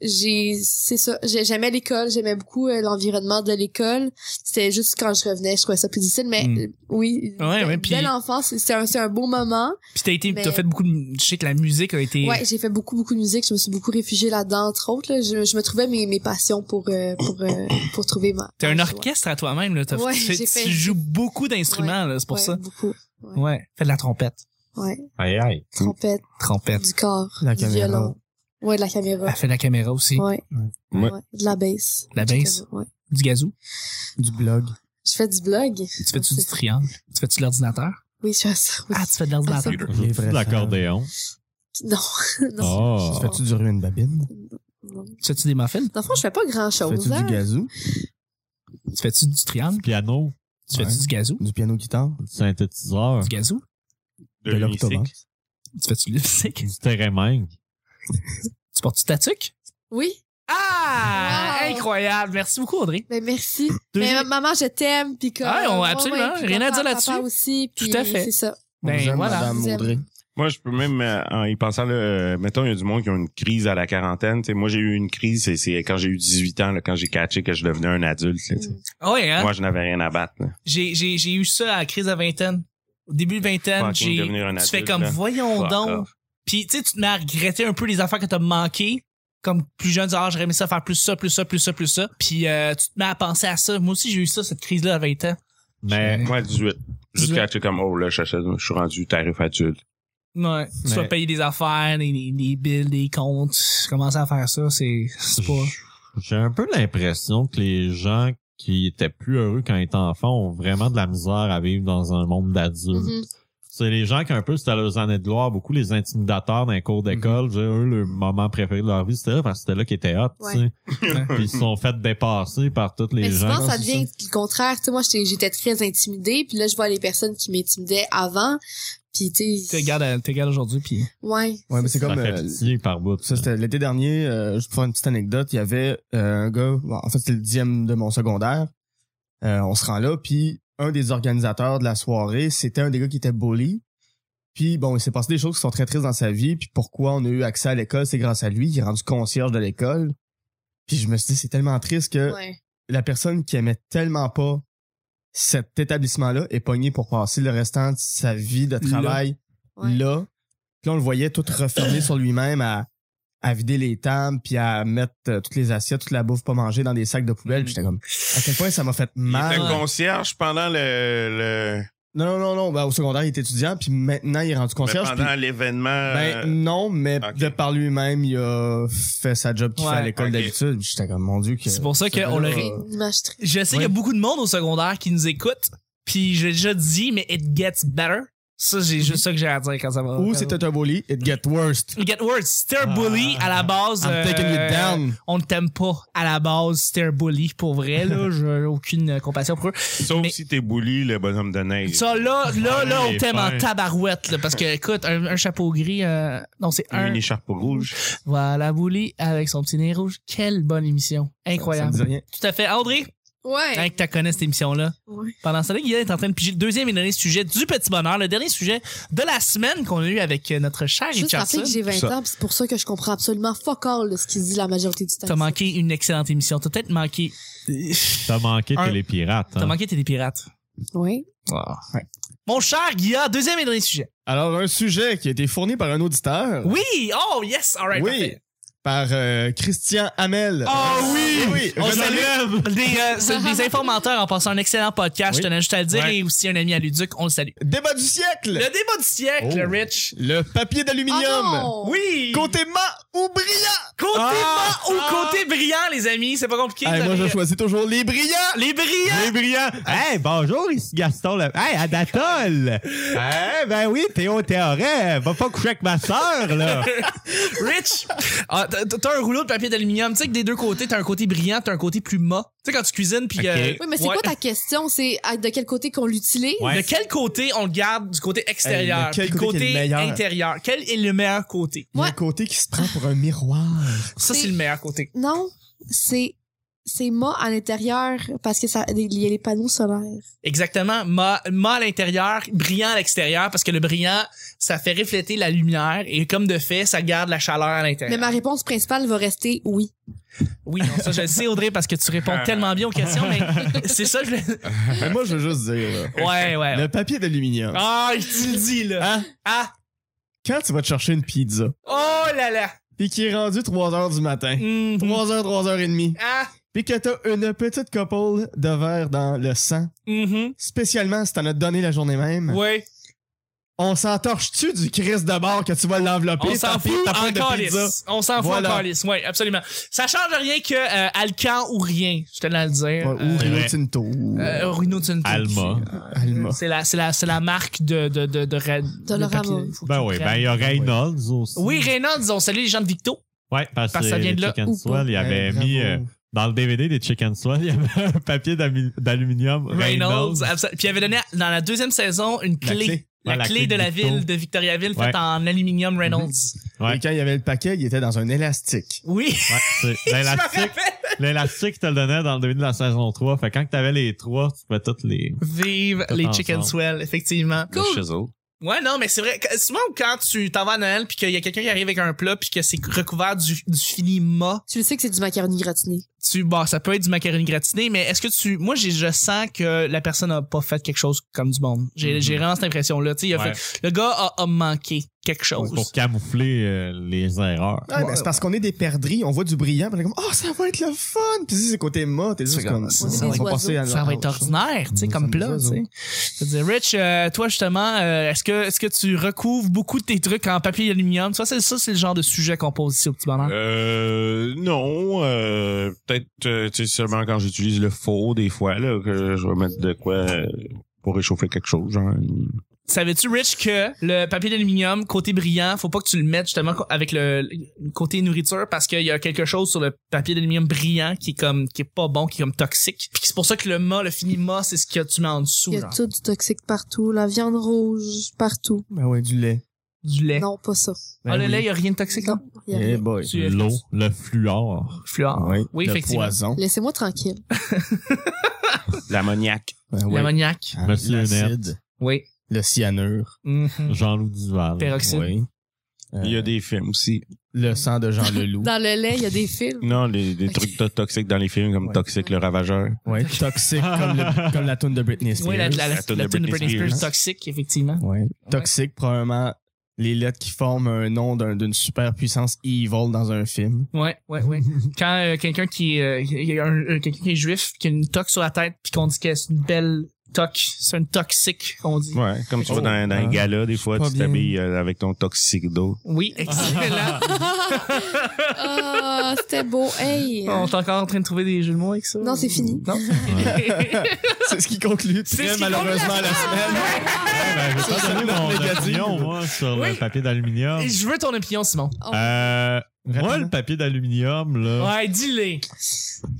Speaker 5: J'ai, c'est ça, j'ai- j'aimais l'école, j'aimais beaucoup euh, l'environnement de l'école. C'était juste quand je revenais, je trouvais ça plus difficile, mais
Speaker 3: Hmm.
Speaker 5: euh, oui,
Speaker 3: Ouais,
Speaker 5: be-
Speaker 3: ouais,
Speaker 5: belle
Speaker 3: puis-
Speaker 5: enfance, c'est un, c'est un beau moment.
Speaker 3: Puis t'as été,
Speaker 5: Mais-
Speaker 3: t'as fait beaucoup de, je sais que la musique a été.
Speaker 5: Ouais, j'ai fait beaucoup, beaucoup de musique. Je me suis beaucoup réfugiée là-dedans, entre autres. Là. Je, je me trouvais mes, mes passions pour, euh, pour, euh, pour trouver ma...
Speaker 3: T'as un orchestre à toi-même, là. T'as-
Speaker 5: Ouais,
Speaker 3: tu fais-
Speaker 5: j'ai fait-
Speaker 3: tu joues beaucoup d'instruments, là, c'est pour
Speaker 5: ouais,
Speaker 3: ça.
Speaker 5: beaucoup. ouais.
Speaker 3: Ouais. Fais de la trompette.
Speaker 5: Ouais,
Speaker 7: Aïe, aïe.
Speaker 5: trompette,
Speaker 3: Trompette.
Speaker 5: du corps,
Speaker 6: Mmh. La
Speaker 5: du
Speaker 6: caméra.
Speaker 5: violon. Ouais, de la caméra.
Speaker 3: Elle fait de la caméra aussi.
Speaker 5: Ouais.
Speaker 2: Ouais.
Speaker 5: Ouais. De la bass.
Speaker 3: La bass.
Speaker 5: Ouais.
Speaker 3: Du gazou.
Speaker 6: du blog.
Speaker 5: Je fais du blog.
Speaker 3: Tu fais-tu du triangle? Tu fais-tu de l'ordinateur?
Speaker 5: Oui, je fais ça. oui.
Speaker 3: Ah, tu fais de l'ordinateur.
Speaker 2: Computer.
Speaker 7: J'ai
Speaker 6: vrai
Speaker 7: de l'accordéon.
Speaker 5: Non. non.
Speaker 7: Oh.
Speaker 5: Fait-
Speaker 3: Ah.
Speaker 6: Fais-tu du ruin babine?
Speaker 5: non.
Speaker 3: Tu fais-tu des muffins?
Speaker 5: Dans le fond, je fais pas grand-chose.
Speaker 6: Fais-tu
Speaker 5: Hein?
Speaker 6: du gazou?
Speaker 3: Tu fais-tu du triangle?
Speaker 7: Piano,
Speaker 3: Tu fais-tu
Speaker 6: Ouais.
Speaker 3: du gazou?
Speaker 6: Du piano-guitare?
Speaker 7: synthétiseur,
Speaker 3: Du gazou?
Speaker 2: De
Speaker 6: De
Speaker 2: l'optoman.
Speaker 6: l'octobre.
Speaker 3: Tu fais-tu de la musique?
Speaker 7: du térémingue.
Speaker 3: Tu portes-tu ta tuque?
Speaker 5: Oui,
Speaker 3: Ah!
Speaker 5: Wow!
Speaker 3: Incroyable! Merci beaucoup, Audrey.
Speaker 5: ben merci.
Speaker 3: Deuxième-
Speaker 5: Mais maman, je t'aime. Puis comme...
Speaker 3: Ah, on-
Speaker 5: ouais,
Speaker 3: absolument,
Speaker 5: ouais, puis
Speaker 3: rien à
Speaker 5: papa,
Speaker 3: dire là-dessus.
Speaker 5: papa aussi.
Speaker 3: Tout
Speaker 5: puis
Speaker 3: à fait.
Speaker 5: C'est ça.
Speaker 3: Ben,
Speaker 6: On vous aime,
Speaker 3: voilà.
Speaker 6: Madame
Speaker 5: Vous aime.
Speaker 6: Audrey.
Speaker 2: Moi, je peux même, euh, en y pensant, là, euh, mettons, il y a du monde qui ont une crise à la quarantaine. Tu sais, moi, j'ai eu une crise, c'est- c'est quand j'ai eu 18 ans, là, quand j'ai catché que je devenais un adulte. là, tu sais.
Speaker 5: Mm.
Speaker 3: Ouais, hein?
Speaker 2: Moi, je n'avais rien à battre. là.
Speaker 3: J'ai, j'ai, j'ai eu ça à la crise de la vingtaine. Au début de vingtaine,
Speaker 2: Fucking
Speaker 3: j'ai,
Speaker 2: devenir un
Speaker 3: tu
Speaker 2: adulte,
Speaker 3: fais comme,
Speaker 2: là.
Speaker 3: voyons
Speaker 2: Fuck
Speaker 3: donc.
Speaker 2: off.
Speaker 3: Puis, tu sais, tu te mets à regretter un peu les affaires que t'as manquées. Comme plus jeune, tu dis, ah, j'aurais aimé ça faire plus ça, plus ça, plus ça, plus ça. Puis, euh, tu te mets à penser à ça. Moi aussi, j'ai eu ça, cette crise-là à 20 ans.
Speaker 7: Mais
Speaker 2: Moi, 18. Juste
Speaker 3: 18.
Speaker 2: catché comme, oh là, je, je- je suis rendu tarif adulte.
Speaker 3: Ouais. Tu
Speaker 7: Mais-
Speaker 3: vas payer des affaires, des, des, des bills, des comptes. Commencer à faire ça, c'est, c'est pas.
Speaker 7: j'ai un peu l'impression que les gens qui étaient plus heureux quand ils étaient enfants ont vraiment de la misère à vivre dans un monde
Speaker 6: Mmh.
Speaker 7: d'adultes.
Speaker 5: Mhm.
Speaker 7: C'est les gens qui, un peu, c'était leurs années de gloire, beaucoup les intimidateurs dans les cours d'école. Je veux dire, Eux, le moment préféré de leur vie, c'était là, parce que c'était là qu'ils étaient hot, tu sais. Puis ils se sont fait dépasser par tous les
Speaker 5: Mais
Speaker 7: gens.
Speaker 5: souvent, ça devient le contraire. Tu sais, moi, j'étais j'étais très intimidée, puis là, je vois les personnes qui m'intimidaient avant, puis tu
Speaker 3: Tu
Speaker 5: sais...
Speaker 3: regardes, à- tu regardes aujourd'hui, puis.
Speaker 5: Ouais.
Speaker 6: Ouais, mais c'est
Speaker 7: Ça
Speaker 6: comme...
Speaker 7: fait
Speaker 6: euh,
Speaker 7: pitié par bout.
Speaker 6: Ça, c'était l'été dernier, euh, juste pour faire une petite anecdote, il y avait euh, un gars, bon, en fait, c'était le dixième de mon secondaire. Euh, on se rend là, puis un des organisateurs de la soirée, c'était un des gars qui était bully. Puis bon, il s'est passé des choses qui sont très tristes dans sa vie, puis pourquoi on a eu accès à l'école, c'est grâce à lui, il est rendu concierge de l'école. Puis je me suis dit, c'est tellement triste que
Speaker 5: Ouais.
Speaker 6: la personne qui aimait tellement pas cet établissement-là est pognée pour passer le restant de sa vie de travail
Speaker 5: Ouais.
Speaker 6: là. Puis là, on le voyait tout refermé sur lui-même à, à vider les tables, puis à mettre euh, toutes les assiettes, toute la bouffe pas mangée dans des sacs de poubelle.
Speaker 3: Mm.
Speaker 6: Puis j'étais comme, à quel point ça m'a fait
Speaker 2: Il
Speaker 6: mal.
Speaker 2: était
Speaker 3: Ouais.
Speaker 2: concierge pendant le, le
Speaker 6: Non, non, non, non. Ben, au secondaire, il était étudiant, puis maintenant, il est rendu concierge.
Speaker 2: pendant
Speaker 6: puis-
Speaker 2: l'événement.
Speaker 6: ben,
Speaker 2: euh,
Speaker 6: non, mais
Speaker 2: ok.
Speaker 6: de par lui-même, il a fait sa job qu'il
Speaker 3: Ouais,
Speaker 6: fait à l'école
Speaker 2: ok.
Speaker 6: d'habitude. Puis J'étais comme, mon Dieu. que-
Speaker 3: C'est pour ça
Speaker 6: ce
Speaker 3: qu'on
Speaker 6: gars-là,
Speaker 3: le ré-
Speaker 6: euh,
Speaker 5: Une image très-
Speaker 3: Je sais qu'il y a beaucoup de monde au secondaire qui nous écoute, puis je l'ai déjà dit, mais it gets better. Ça, j'ai juste ça que j'ai à dire quand ça va. quand ça
Speaker 6: Ou
Speaker 3: va.
Speaker 6: c'était un bully, it get worst.
Speaker 3: It get worse. Si t'es un bully à la base,
Speaker 6: Ah. I'm
Speaker 3: euh,
Speaker 6: taking you down.
Speaker 3: on ne t'aime pas à la base. Si t'es un bully, pour vrai, là, j'ai aucune euh, compassion pour eux.
Speaker 2: sauf
Speaker 3: mais-
Speaker 2: si t'es bully, le bonhomme de neige.
Speaker 3: Ça, là, là, là, on
Speaker 7: Ouais,
Speaker 3: t'aime en
Speaker 7: fin.
Speaker 3: tabarouette, là, parce que, écoute, un, un chapeau gris, euh, non, c'est un.
Speaker 2: Une écharpe rouge.
Speaker 3: Voilà, bully avec son petit nez rouge. Quelle bonne émission. Incroyable.
Speaker 6: Ça me dit rien.
Speaker 3: Tout à fait. André,
Speaker 5: Ouais.
Speaker 3: hein, que t'as connais cette émission-là.
Speaker 5: Ouais.
Speaker 3: Pendant ce temps-là, Guillaume est en train de piger le deuxième et dernier sujet du petit bonheur, le dernier sujet de la semaine qu'on a eu avec euh, notre cher
Speaker 5: Juste rappeler
Speaker 3: Richardson.
Speaker 5: que j'ai 20 ans, pis c'est pour ça que je comprends absolument fuck all de ce qu'il dit la majorité du temps.
Speaker 3: T'as manqué une excellente émission. T'as peut-être manqué.
Speaker 7: T'as manqué hein.
Speaker 3: Un-
Speaker 7: les pirates.
Speaker 6: Hein.
Speaker 3: T'as manqué T'es des pirates.
Speaker 5: Ouais.
Speaker 3: Mon cher Guillaume, deuxième et dernier sujet.
Speaker 6: Alors, un sujet qui a été fourni par un auditeur.
Speaker 3: Oui! Oh, yes! All right.
Speaker 6: oui.
Speaker 3: parfait.
Speaker 6: Par euh, Christian Hamel.
Speaker 3: Ah oui!
Speaker 6: oui.
Speaker 3: On
Speaker 6: renommé-
Speaker 3: salue des, euh, c'est des informateurs en passant un excellent podcast,
Speaker 6: Oui.
Speaker 3: je tenais juste à le dire,
Speaker 6: Ouais.
Speaker 3: et aussi un ami à Luduc, on le salue.
Speaker 6: Débat du siècle.
Speaker 3: Le
Speaker 6: Le,
Speaker 3: débat du
Speaker 6: Oh.
Speaker 3: siècle, Rich.
Speaker 6: papier
Speaker 3: Ah
Speaker 6: d'aluminium.
Speaker 5: Oh non!
Speaker 3: Oui! Côté,
Speaker 6: Côté mat ou brillant. Ah!
Speaker 3: mort ou côté brillant, les amis, c'est pas compliqué.
Speaker 6: Hey,
Speaker 3: vous
Speaker 6: moi,
Speaker 3: avez-
Speaker 6: je choisis toujours les brillants.
Speaker 3: Les brillants!
Speaker 7: Les brillants! Hey, bonjour, ici Gaston Le... Hey, Adatol! hey, ben oui, Théo Théoret, va pas coucher avec ma sœur, là!
Speaker 3: Rich, ah, t'as- t'as un rouleau de papier d'aluminium. Tu sais que des deux côtés, t'as un côté brillant, t'as un côté plus mat. sais, quand tu cuisines, puis.
Speaker 1: Ok.
Speaker 3: euh,
Speaker 5: Oui, mais c'est
Speaker 3: ouais.
Speaker 5: quoi ta question? C'est à- de quel côté qu'on l'utilise?
Speaker 1: Ouais.
Speaker 3: De quel côté on le garde du côté extérieur,
Speaker 6: Hey,
Speaker 3: puis
Speaker 6: lequel
Speaker 3: côté,
Speaker 6: côté qui est le meilleur?
Speaker 3: intérieur? Quel est le meilleur côté?
Speaker 6: Il y a
Speaker 5: Ouais.
Speaker 6: un côté qui se prend pour un miroir.
Speaker 3: Ça,
Speaker 5: C'est-
Speaker 3: c'est le meilleur côté.
Speaker 5: Non, c'est c'est mât à l'intérieur parce que ça il y a les panneaux solaires.
Speaker 3: Exactement. Mât mât à l'intérieur, brillant à l'extérieur, parce que le brillant, ça fait refléter la lumière et comme de fait, ça garde la chaleur à
Speaker 5: Mais
Speaker 3: l'intérieur.
Speaker 5: ma réponse principale va rester oui.
Speaker 3: Oui, non, ça, je le sais, Audrey, parce que tu
Speaker 6: Ah.
Speaker 3: réponds tellement bien aux questions, mais c'est ça, je le-
Speaker 6: Mais moi, je veux juste dire, là,
Speaker 3: Ouais, ouais.
Speaker 6: le papier d'aluminium.
Speaker 3: Ah, tu le dis, là.
Speaker 6: Hein?
Speaker 3: Ah!
Speaker 6: Quand tu vas te chercher une pizza,
Speaker 3: Oh là là!
Speaker 6: puis qui est rendu 3h du matin,
Speaker 3: Mhm.
Speaker 6: 3h, 3h30,
Speaker 3: Ah!
Speaker 6: puis que t'as une petite couple de verres dans le sang,
Speaker 3: Mhm.
Speaker 6: spécialement si t'en as donné la journée même,
Speaker 3: Oui.
Speaker 6: on s'entorche-tu du Christ de bord que tu vas l'envelopper?
Speaker 3: On s'en
Speaker 6: ta pi-
Speaker 3: fout
Speaker 6: ta pointe de
Speaker 3: encore
Speaker 6: pizza?
Speaker 3: On s'en fout
Speaker 6: Voilà.
Speaker 3: encore lisse. Oui, absolument. Ça change rien que euh, Alcan ou rien. Je tenais à le dire.
Speaker 6: Ouais, ou
Speaker 3: Euh,
Speaker 6: Rio
Speaker 1: vrai.
Speaker 6: Tinto. ou
Speaker 3: euh, Rino Tinto.
Speaker 1: Alma.
Speaker 6: Alma.
Speaker 3: C'est la, c'est la, c'est la marque de, de, de, de, ra-
Speaker 5: Dolorama.
Speaker 3: de papier- faut que
Speaker 7: Ben
Speaker 3: tu
Speaker 7: oui,
Speaker 3: prennes.
Speaker 7: ben il y a Reynolds aussi.
Speaker 3: Oui, Reynolds, on salue les gens de Victo.
Speaker 7: Ouais, parce,
Speaker 3: Parce que
Speaker 7: que
Speaker 3: ça vient de
Speaker 7: les
Speaker 3: là,
Speaker 7: Chicken
Speaker 5: ou
Speaker 7: Swell, il
Speaker 6: Ouais,
Speaker 7: avait
Speaker 6: bravo.
Speaker 7: mis euh, dans le DVD des Chicken Swell, il y avait un papier d'ami- d'aluminium Reynolds.
Speaker 3: Reynolds. abso- Puis il avait donné dans la deuxième saison une clé.
Speaker 6: La
Speaker 3: La clé.
Speaker 6: clé.
Speaker 7: Ouais, la clé
Speaker 3: de la
Speaker 7: de Victo.
Speaker 3: ville de Victoriaville faite
Speaker 7: Ouais. Mhm.
Speaker 3: en aluminium Reynolds.
Speaker 7: Ouais.
Speaker 6: Et quand il y avait le paquet, il était dans un élastique.
Speaker 3: Oui.
Speaker 7: Ouais, c'est-
Speaker 3: Je me
Speaker 7: l'élastique,
Speaker 3: rappelle.
Speaker 7: l'élastique te le donnait dans le début de la saison 3. Fait que quand t'avais les trois, tu pouvais toutes les.
Speaker 3: Vive
Speaker 7: Tout
Speaker 3: les
Speaker 7: ensemble.
Speaker 3: Chicken Swell, effectivement.
Speaker 2: Le chisel.
Speaker 3: Ouais, non, mais c'est vrai. que- Souvent, quand tu t'en vas à Noël puis qu'il y a quelqu'un qui arrive avec un plat puis que c'est recouvert du, du fini mât,
Speaker 5: Tu le sais que c'est du macaroni gratiné.
Speaker 3: tu, bon, ça peut être du macaroni gratiné, mais est-ce que tu, moi, j'ai, je sens que la personne a pas fait quelque chose comme du monde. J'ai, j'ai vraiment cette impression-là. Tu sais, il a
Speaker 7: Ouais.
Speaker 3: fait- le gars a, a manqué quelque chose.
Speaker 7: Pour camoufler euh, les erreurs.
Speaker 6: Ouais, ben, c'est parce qu'on est des perdrix, on voit du brillant, puis on est comme, oh, ça va être le fun! Puis si c'est côté mât, t'es juste
Speaker 3: C'est
Speaker 6: comme,
Speaker 3: comme- ça,
Speaker 6: on
Speaker 5: ça
Speaker 6: va
Speaker 5: va être-
Speaker 6: passer à
Speaker 3: ça va être
Speaker 6: l'autre chose.
Speaker 3: ordinaire, tu sais,
Speaker 6: Mmh,
Speaker 3: comme
Speaker 6: ça
Speaker 3: plat,
Speaker 6: me
Speaker 3: tu
Speaker 6: dit,
Speaker 3: sais. Je veux dire, Rich, euh, toi justement, euh, est-ce que est-ce que tu recouvres beaucoup de tes trucs en papier aluminium Ça, c'est ça, c'est le genre de sujet qu'on pose ici au petit
Speaker 6: Ah.
Speaker 3: bonheur.
Speaker 2: Euh, non, euh, peut-être euh, tu sais, seulement quand j'utilise le faux des fois là que je vais mettre de quoi euh, pour réchauffer quelque chose, genre une-
Speaker 3: Savais-tu, Rich, que le papier d'aluminium, côté brillant, faut pas que tu le mettes justement co- avec le le côté nourriture parce qu'il y a quelque chose sur le papier d'aluminium brillant qui est comme qui est pas bon, qui est comme toxique. Puis c'est pour ça que le mât, le fini mât, c'est ce que tu mets en dessous,
Speaker 5: Il y a
Speaker 3: genre.
Speaker 5: tout du toxique partout, la viande rouge partout.
Speaker 6: Ben ouais, du lait.
Speaker 3: du lait.
Speaker 5: Non, pas ça.
Speaker 3: ah, le
Speaker 6: Ben oui.
Speaker 3: lait, il y a rien de toxique.
Speaker 5: Non,
Speaker 3: hein?
Speaker 5: il y a
Speaker 6: Eh
Speaker 5: rien.
Speaker 6: boy. Ah
Speaker 3: Tu-
Speaker 7: L'eau, le fluor.
Speaker 3: Fluor.
Speaker 6: Ouais,
Speaker 3: Oui,
Speaker 6: le
Speaker 3: effectivement.
Speaker 6: poison.
Speaker 5: Laissez-moi tranquille.
Speaker 2: l'ammoniac.
Speaker 6: Ben ouais.
Speaker 3: L'ammoniac.
Speaker 6: Hein,
Speaker 7: Monsieur
Speaker 6: l'acide,
Speaker 3: Oui.
Speaker 6: le cyanure.
Speaker 3: Mhm.
Speaker 7: Jean-Loup Duval.
Speaker 3: Peroxyde.
Speaker 6: Oui. Euh,
Speaker 2: Il y a des films aussi.
Speaker 6: Le sang de Jean Leloup.
Speaker 5: Dans le lait, il y a des fils.
Speaker 2: Non, les- des trucs to- toxiques dans les films comme
Speaker 6: Ouais.
Speaker 2: Toxique le ravageur.
Speaker 6: ouais, toxique comme, le- comme la toune de Britney Spears.
Speaker 3: Oui, la, la, la,
Speaker 2: La toune
Speaker 3: la
Speaker 2: de
Speaker 3: toune de
Speaker 2: Britney
Speaker 3: Britney Spears,
Speaker 2: Spears.
Speaker 6: hein.
Speaker 3: toxique, effectivement.
Speaker 6: Ouais. Toxique, probablement les lettres qui forment un nom d'un- d'une super puissance evil dans un film.
Speaker 3: Ouais, ouais, ouais. Quand euh, quelqu'un qui, est, euh, il y a un- euh, quelqu'un qui est juif, qui a une toque sur la tête, puis qu'on dit que c'est une belle toque, c'est une toxique, on dit.
Speaker 2: Ouais, comme tu
Speaker 6: Oh.
Speaker 2: vas dans, dans un
Speaker 6: Ah.
Speaker 2: gala, des fois,
Speaker 6: Pas
Speaker 2: tu
Speaker 6: bien.
Speaker 2: t'habilles euh, avec ton toxique d'eau.
Speaker 3: Oui, excellent.
Speaker 5: Ah, c'était beau. Hey!
Speaker 3: on est encore en train de trouver des jeux de mots avec ça.
Speaker 5: Non, c'est fini.
Speaker 3: Non, c'est fini.
Speaker 6: C'est ce qui conclut
Speaker 3: C'est ce
Speaker 6: très
Speaker 3: qui
Speaker 6: malheureusement la semaine.
Speaker 3: Ah,
Speaker 7: Ouais, ben, je vais pas donner mon
Speaker 6: Négative.
Speaker 7: opinion, moi, sur
Speaker 3: Oui.
Speaker 7: le papier d'aluminium.
Speaker 3: Et Je veux ton opinion, Simon.
Speaker 5: Oh.
Speaker 7: Euh, moi,
Speaker 6: Rapidement.
Speaker 7: le papier d'aluminium, là.
Speaker 3: Ouais, dis-le.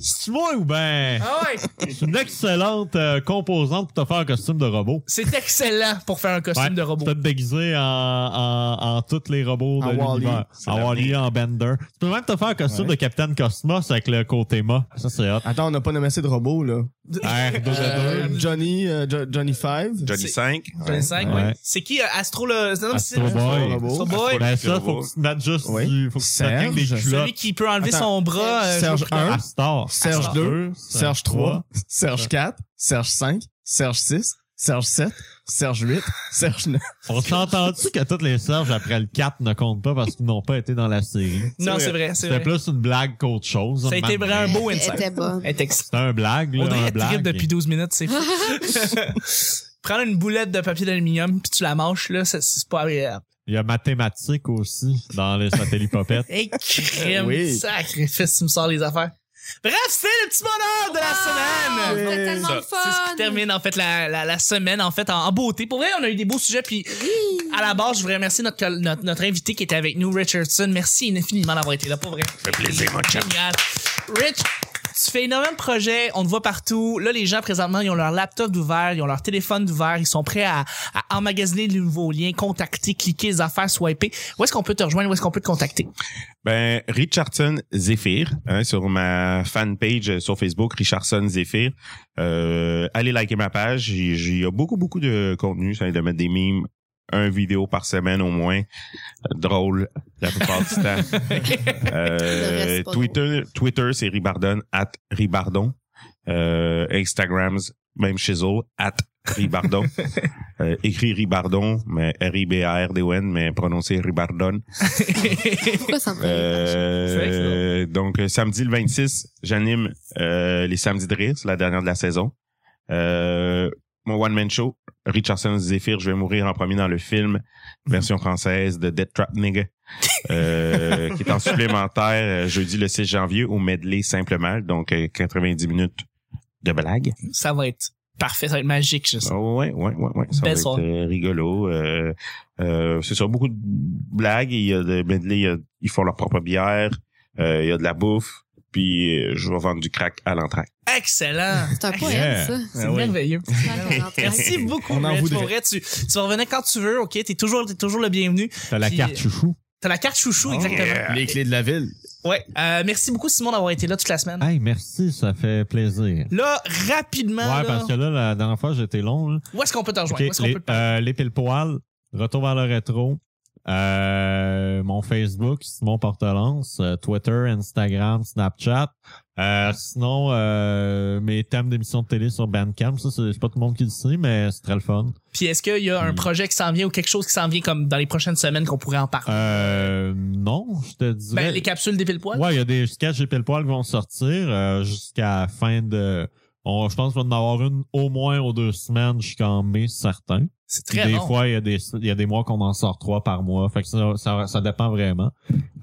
Speaker 7: C'est moi ou ben?
Speaker 3: Ah ouais,
Speaker 7: C'est une excellente euh, composante pour te faire un costume de robot.
Speaker 3: c'est excellent pour faire un costume
Speaker 7: Ouais,
Speaker 3: de robot.
Speaker 7: Tu peux te déguiser en, en, en tous les robots de
Speaker 6: En Wall-E.
Speaker 7: l'univers.
Speaker 2: C'est
Speaker 7: En
Speaker 2: l'avenir.
Speaker 7: Wally, en Bender. Tu peux même te faire un costume
Speaker 6: Ouais.
Speaker 7: de Capitaine Cosmos avec le côté mât. Ça, c'est hot.
Speaker 6: Attends, on n'a pas nommé assez de robots, là.
Speaker 7: R2D2.
Speaker 6: Euh, Johnny, euh, Jo- Johnny 5.
Speaker 2: Johnny
Speaker 3: C'est-
Speaker 2: 5.
Speaker 3: J'en ai cinq,
Speaker 7: Ouais.
Speaker 3: ouais. C'est qui euh, Astro le non, c'est-
Speaker 7: Astro Boy.
Speaker 3: Astro Boy.
Speaker 7: Ben,
Speaker 2: Astro
Speaker 7: ça, faut
Speaker 2: Boy.
Speaker 7: que tu mettes juste
Speaker 6: Oui.
Speaker 7: du, faut que tu te mettes avec des
Speaker 6: Serge.
Speaker 7: culottes.
Speaker 3: Celui qui peut enlever
Speaker 6: Attends.
Speaker 3: son bras. euh,
Speaker 6: Serge 1,
Speaker 7: Astor.
Speaker 6: Serge
Speaker 7: Astor
Speaker 6: 2, Serge 3,
Speaker 7: Ouais.
Speaker 6: Serge 4, Serge 5, Serge 6, Serge 7, Serge 8, Serge 9.
Speaker 7: On s'entend-tu que toutes les Serges après le 4 ne comptent pas parce qu'ils n'ont pas été dans la série?
Speaker 3: Non, c'est vrai, c'est
Speaker 7: C'était
Speaker 3: vrai.
Speaker 7: plus une blague qu'autre chose.
Speaker 3: Ça a été vraiment un beau insight.
Speaker 5: C'était bonne.
Speaker 3: Elle texte.
Speaker 7: C'était un blague, là.
Speaker 3: Audrey,
Speaker 7: un
Speaker 3: elle
Speaker 7: blague.
Speaker 3: tripe depuis 12 minutes, c'est fou. Prendre une boulette de papier d'aluminium puis tu la manches, là, ça- c'est pas agréable.
Speaker 7: Il y a mathématiques aussi dans les satellites popettes.
Speaker 3: Hey, crème,
Speaker 6: Oui.
Speaker 3: sacrifice, tu me sors les affaires. Bref, c'est le petit bonheur de la
Speaker 5: Ah,
Speaker 3: semaine!
Speaker 5: C'était
Speaker 6: Ouais.
Speaker 5: tellement
Speaker 2: Ça,
Speaker 5: fun!
Speaker 3: C'est ce qui termine en fait la, la, la semaine en fait en, en beauté. Pour vrai, on a eu des beaux sujets puis à la base, je voudrais remercier notre, col- notre notre invité qui était avec nous Richardson. Merci infiniment d'avoir été là pour vrai.
Speaker 2: Ça fait plaisir, mon chum.
Speaker 3: Génial. Rich, tu fais énormément de projets, on te voit partout. Là, les gens, présentement, ils ont leur laptop d'ouvert, ils ont leur téléphone d'ouvert, ils sont prêts à, à emmagasiner les nouveaux liens, contacter, cliquer les affaires, swiper. Où est-ce qu'on peut te rejoindre? Où est-ce qu'on peut te contacter?
Speaker 2: Ben, Richardson Zephyr, hein, sur ma fanpage euh, sur Facebook, Richardson Zephyr. Euh, allez liker ma page. Il il y a beaucoup, beaucoup de contenu. J'essaie de mettre des mimes, un vidéo par semaine au moins. Euh, Drôle la plupart du temps.
Speaker 5: Le
Speaker 2: Euh,
Speaker 5: reste, pas
Speaker 2: Twitter, Twitter c'est Ribardon, at Ribardon. Euh, Instagrams, même chez eux, at Ribardon. Euh, écrit Ribardon, mais R-I-B-A-R-D-O-N, mais prononcé Ribardon.
Speaker 5: Pourquoi ça me fait rire?
Speaker 3: C'est
Speaker 2: Euh, donc euh, samedi le 26, j'anime euh, les samedis de rire, c'est la dernière de la saison. Euh, mon one man show, Richardson Zephyr, je vais mourir en premier dans le film version française de Dead Trap Nigga, euh, qui est en supplémentaire euh, jeudi le 6 janvier au medley simplement, donc euh, 90 minutes de blague.
Speaker 3: Ça va être parfait, ça va être magique, je sais.
Speaker 2: Oh, ouais, ouais, ouais, ouais, ça
Speaker 3: Belle
Speaker 2: va être
Speaker 3: soirée.
Speaker 2: euh, rigolo. Euh, euh, c'est ça, beaucoup de blagues. Il y a de medley, il y a- ils font leur propre bière. Euh, il y a de la bouffe. Puis euh, je vais vendre du crack à l'entrée.
Speaker 7: Ah.
Speaker 3: Excellent!
Speaker 5: C'est un poème, ça.
Speaker 3: C'est
Speaker 6: Ah oui.
Speaker 3: merveilleux. Merci beaucoup,
Speaker 6: On en
Speaker 3: Rich.
Speaker 6: voudrait.
Speaker 3: Pour vrai, tu, tu vas revenir quand tu veux, ok? T'es toujours, t'es toujours le bienvenu.
Speaker 7: T'as la
Speaker 3: Puis-
Speaker 7: carte chouchou.
Speaker 3: T'as la carte chouchou,
Speaker 7: Oh,
Speaker 3: exactement.
Speaker 6: Les clés de la ville.
Speaker 3: Ouais. Euh, merci beaucoup, Simon, d'avoir été là toute la semaine.
Speaker 7: Hey, merci, ça fait plaisir.
Speaker 3: Là, rapidement,
Speaker 7: ouais,
Speaker 3: là,
Speaker 7: parce que là, la dernière fois, j'étais long. là.
Speaker 3: où est-ce qu'on peut te rejoindre?
Speaker 7: Ok,
Speaker 3: Où est-ce qu'on
Speaker 7: les,
Speaker 3: peut te parler?
Speaker 7: euh, les pile poils, retour vers le rétro, euh, mon Facebook, Simon Portelance, euh, Twitter, Instagram, Snapchat. Euh, sinon, euh, mes thèmes d'émissions de télé sur Bandcamp, ça, c'est c'est pas tout le monde qui le sait, mais c'est très le fun.
Speaker 3: Puis est-ce qu'il y a un
Speaker 7: Mm.
Speaker 3: projet qui s'en vient ou quelque chose qui s'en vient comme dans les prochaines semaines qu'on pourrait en parler?
Speaker 7: Euh, non, je te dirais.
Speaker 3: ben, les capsules des pile poils?
Speaker 7: Ah, Ouais, il y a des sketchs et pile poil qui vont sortir euh, jusqu'à la fin de. on- je pense qu'on va en avoir une au moins aux deux semaines jusqu'en mai, certain.
Speaker 3: C'est
Speaker 7: Puis
Speaker 3: très
Speaker 7: des
Speaker 3: bon.
Speaker 7: fois, il y, a des, il y a des mois qu'on en sort trois par mois. Fait que ça, ça, ça dépend vraiment.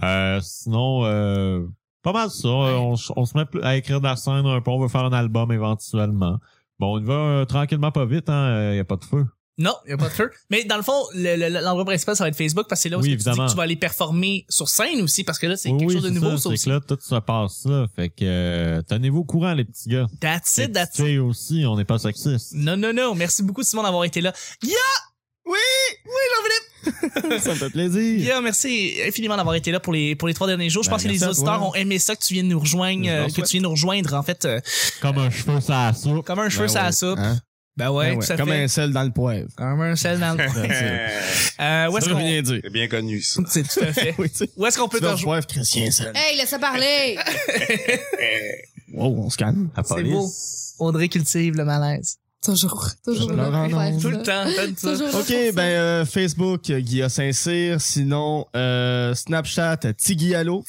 Speaker 7: Euh, sinon, euh, pas mal ça. Euh, On, s- on se met plus à écrire de la scène un peu. On veut faire un album éventuellement. Bon, on y va euh, tranquillement, pas vite. hein. Euh, Il y a pas de feu.
Speaker 3: Non, il n'y a pas de feu. Mais dans le fond, le- le- l'endroit principal, ça va être Facebook parce que c'est là où
Speaker 7: Oui,
Speaker 3: est-ce que tu dis
Speaker 7: évidemment.
Speaker 3: que tu vas aller performer sur scène aussi parce que là, c'est
Speaker 7: Oui,
Speaker 3: quelque
Speaker 7: oui,
Speaker 3: chose de
Speaker 7: c'est
Speaker 3: nouveau,
Speaker 7: ça,
Speaker 3: ça
Speaker 7: c'est
Speaker 3: aussi.
Speaker 7: que là, tout se passe là. Fait que euh, tenez-vous au courant, les petits gars.
Speaker 3: That's
Speaker 7: Les
Speaker 3: it, that's
Speaker 7: petites
Speaker 3: it.
Speaker 7: filles aussi, on n'est pas sexistes.
Speaker 3: Non, non, non. Merci beaucoup, Simon, d'avoir été là. Yeah! Oui! Oui, Jean-Philippe!
Speaker 6: Ça me fait plaisir.
Speaker 3: Yeah, merci infiniment d'avoir été là pour les, pour les trois derniers jours. Je
Speaker 7: Ben,
Speaker 3: pense que les
Speaker 7: merci à
Speaker 3: auditeurs
Speaker 7: toi.
Speaker 3: ont aimé ça, que tu viennes nous rejoindre,
Speaker 6: Je
Speaker 3: euh,
Speaker 6: leur
Speaker 3: que
Speaker 6: souhaite.
Speaker 3: tu viennes nous rejoindre, en fait, euh,
Speaker 7: Comme un cheveu, ça a soupe.
Speaker 3: comme un cheveu,
Speaker 6: Ben
Speaker 3: ça
Speaker 6: ouais.
Speaker 3: la soupe.
Speaker 6: Hein?
Speaker 3: Ben ouais,
Speaker 6: Ah ouais,
Speaker 3: tout à
Speaker 6: Comme
Speaker 3: fait.
Speaker 6: un sel dans le poivre.
Speaker 3: Comme un sel dans le Euh, où est-ce
Speaker 6: Ça veut
Speaker 3: qu'on
Speaker 6: rien dire.
Speaker 2: C'est bien connu, ça.
Speaker 3: C'est tout à fait.
Speaker 6: Oui, tu sais.
Speaker 3: Où est-ce qu'on peut
Speaker 6: Tu
Speaker 3: te
Speaker 6: vas le
Speaker 3: rejoindre?
Speaker 6: poivre chrétien sel.
Speaker 5: Hey, laissez parler!
Speaker 6: Wow, on se calme.
Speaker 3: C'est beau. Audrey cultive le malaise.
Speaker 5: toujours, toujours.
Speaker 6: Je leur
Speaker 5: là pour
Speaker 6: en
Speaker 5: faire
Speaker 6: ai.
Speaker 5: ça.
Speaker 3: Tout le temps, t'aimes ça.
Speaker 5: Toujours.
Speaker 6: OK, ben euh, Facebook, euh, Guilla Saint-Cyr. Sinon, euh, Snapchat, euh, Tigui Allo.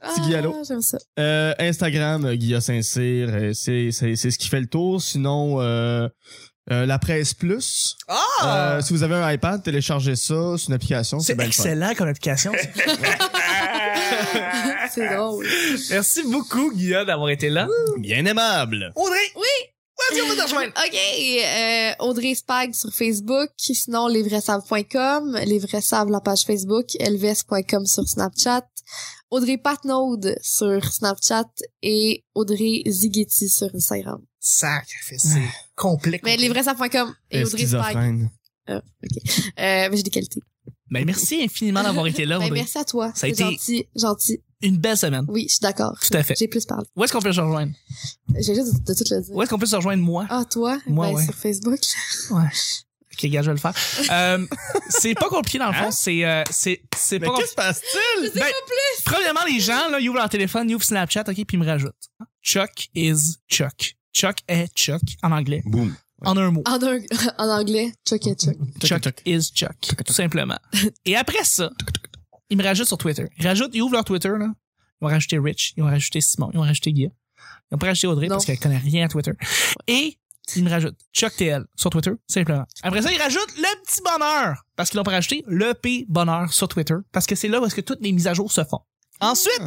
Speaker 5: Ah,
Speaker 6: Petit Guillalo.
Speaker 5: J'aime ça.
Speaker 6: Euh, Instagram, euh, Guilla Saint-Cyr. euh, C'est c'est- c'est ce qui fait le tour. Sinon, euh, euh, la presse plus.
Speaker 3: Ah!
Speaker 6: Euh, si vous avez un iPad, téléchargez ça. C'est une application.
Speaker 3: c'est
Speaker 6: bien le fun.
Speaker 3: excellent comme application.
Speaker 5: C'est drôle.
Speaker 3: Merci beaucoup, Guillaume, d'avoir été là.
Speaker 6: Bien aimable.
Speaker 3: Audrey!
Speaker 5: Oui.
Speaker 3: Où est-ce qu'on peut te rejoindre?
Speaker 5: OK, euh, Audrey Spag sur Facebook, sinon lesvraissaves.com, lesvraissaves la page Facebook, elves.com sur Snapchat, Audrey Patnaud sur Snapchat et Audrey Zighetti sur Instagram.
Speaker 3: Sacré, c'est complexe.
Speaker 5: Mais lesvraissaves.com et
Speaker 6: Et
Speaker 5: Audrey Spag.
Speaker 6: schizophrène.
Speaker 5: Euh, mais j'ai des qualités.
Speaker 3: Ben, merci infiniment d'avoir été là,
Speaker 5: Ben,
Speaker 3: Audrey.
Speaker 5: merci à toi.
Speaker 3: Ça a
Speaker 5: C'est
Speaker 3: été-
Speaker 5: gentil, gentil.
Speaker 3: Une belle semaine.
Speaker 5: Oui, je suis d'accord.
Speaker 3: Tout à fait.
Speaker 5: J'ai plus parlé.
Speaker 3: Où est-ce qu'on peut se rejoindre?
Speaker 5: J'ai juste de, de tout le dire.
Speaker 3: Où est-ce qu'on peut se rejoindre, moi?
Speaker 5: Ah, toi?
Speaker 3: Moi,
Speaker 5: ben,
Speaker 3: ouais.
Speaker 5: sur Facebook.
Speaker 3: Ok, gars, je vais le faire. Euh, c'est pas compliqué, dans le fond. C'est, euh, c'est, c'est
Speaker 6: Hein? Mais
Speaker 3: pas
Speaker 6: qu'est-ce
Speaker 3: compliqué.
Speaker 6: qui se passe-t-il?
Speaker 3: Ben, Premièrement, les gens, là, ils ouvrent leur téléphone, ils ouvrent Snapchat, OK, puis ils me rajoutent. Chuck is Chuck. Chuck est Chuck en anglais.
Speaker 2: Boom.
Speaker 3: En un mot.
Speaker 5: En, un- en anglais, chuck et chuck.
Speaker 3: Chuck is Chuck. Tout simplement. Et après ça, ils me rajoutent sur Twitter. Ils rajoutent, ils ouvrent leur Twitter, là. Ils vont rajouter Rich, ils vont rajouter Simon, ils vont rajouter Guillaume. Ils vont pas rajouter Audrey
Speaker 5: Non.
Speaker 3: parce qu'elle connaît rien à Twitter. Et ils me rajoutent Chuck TL sur Twitter, simplement. Après ça, ils rajoutent le petit bonheur parce qu'ils l'ont pas rajouté le P bonheur sur Twitter parce que c'est là où est-ce que toutes les mises à jour se font. Ensuite,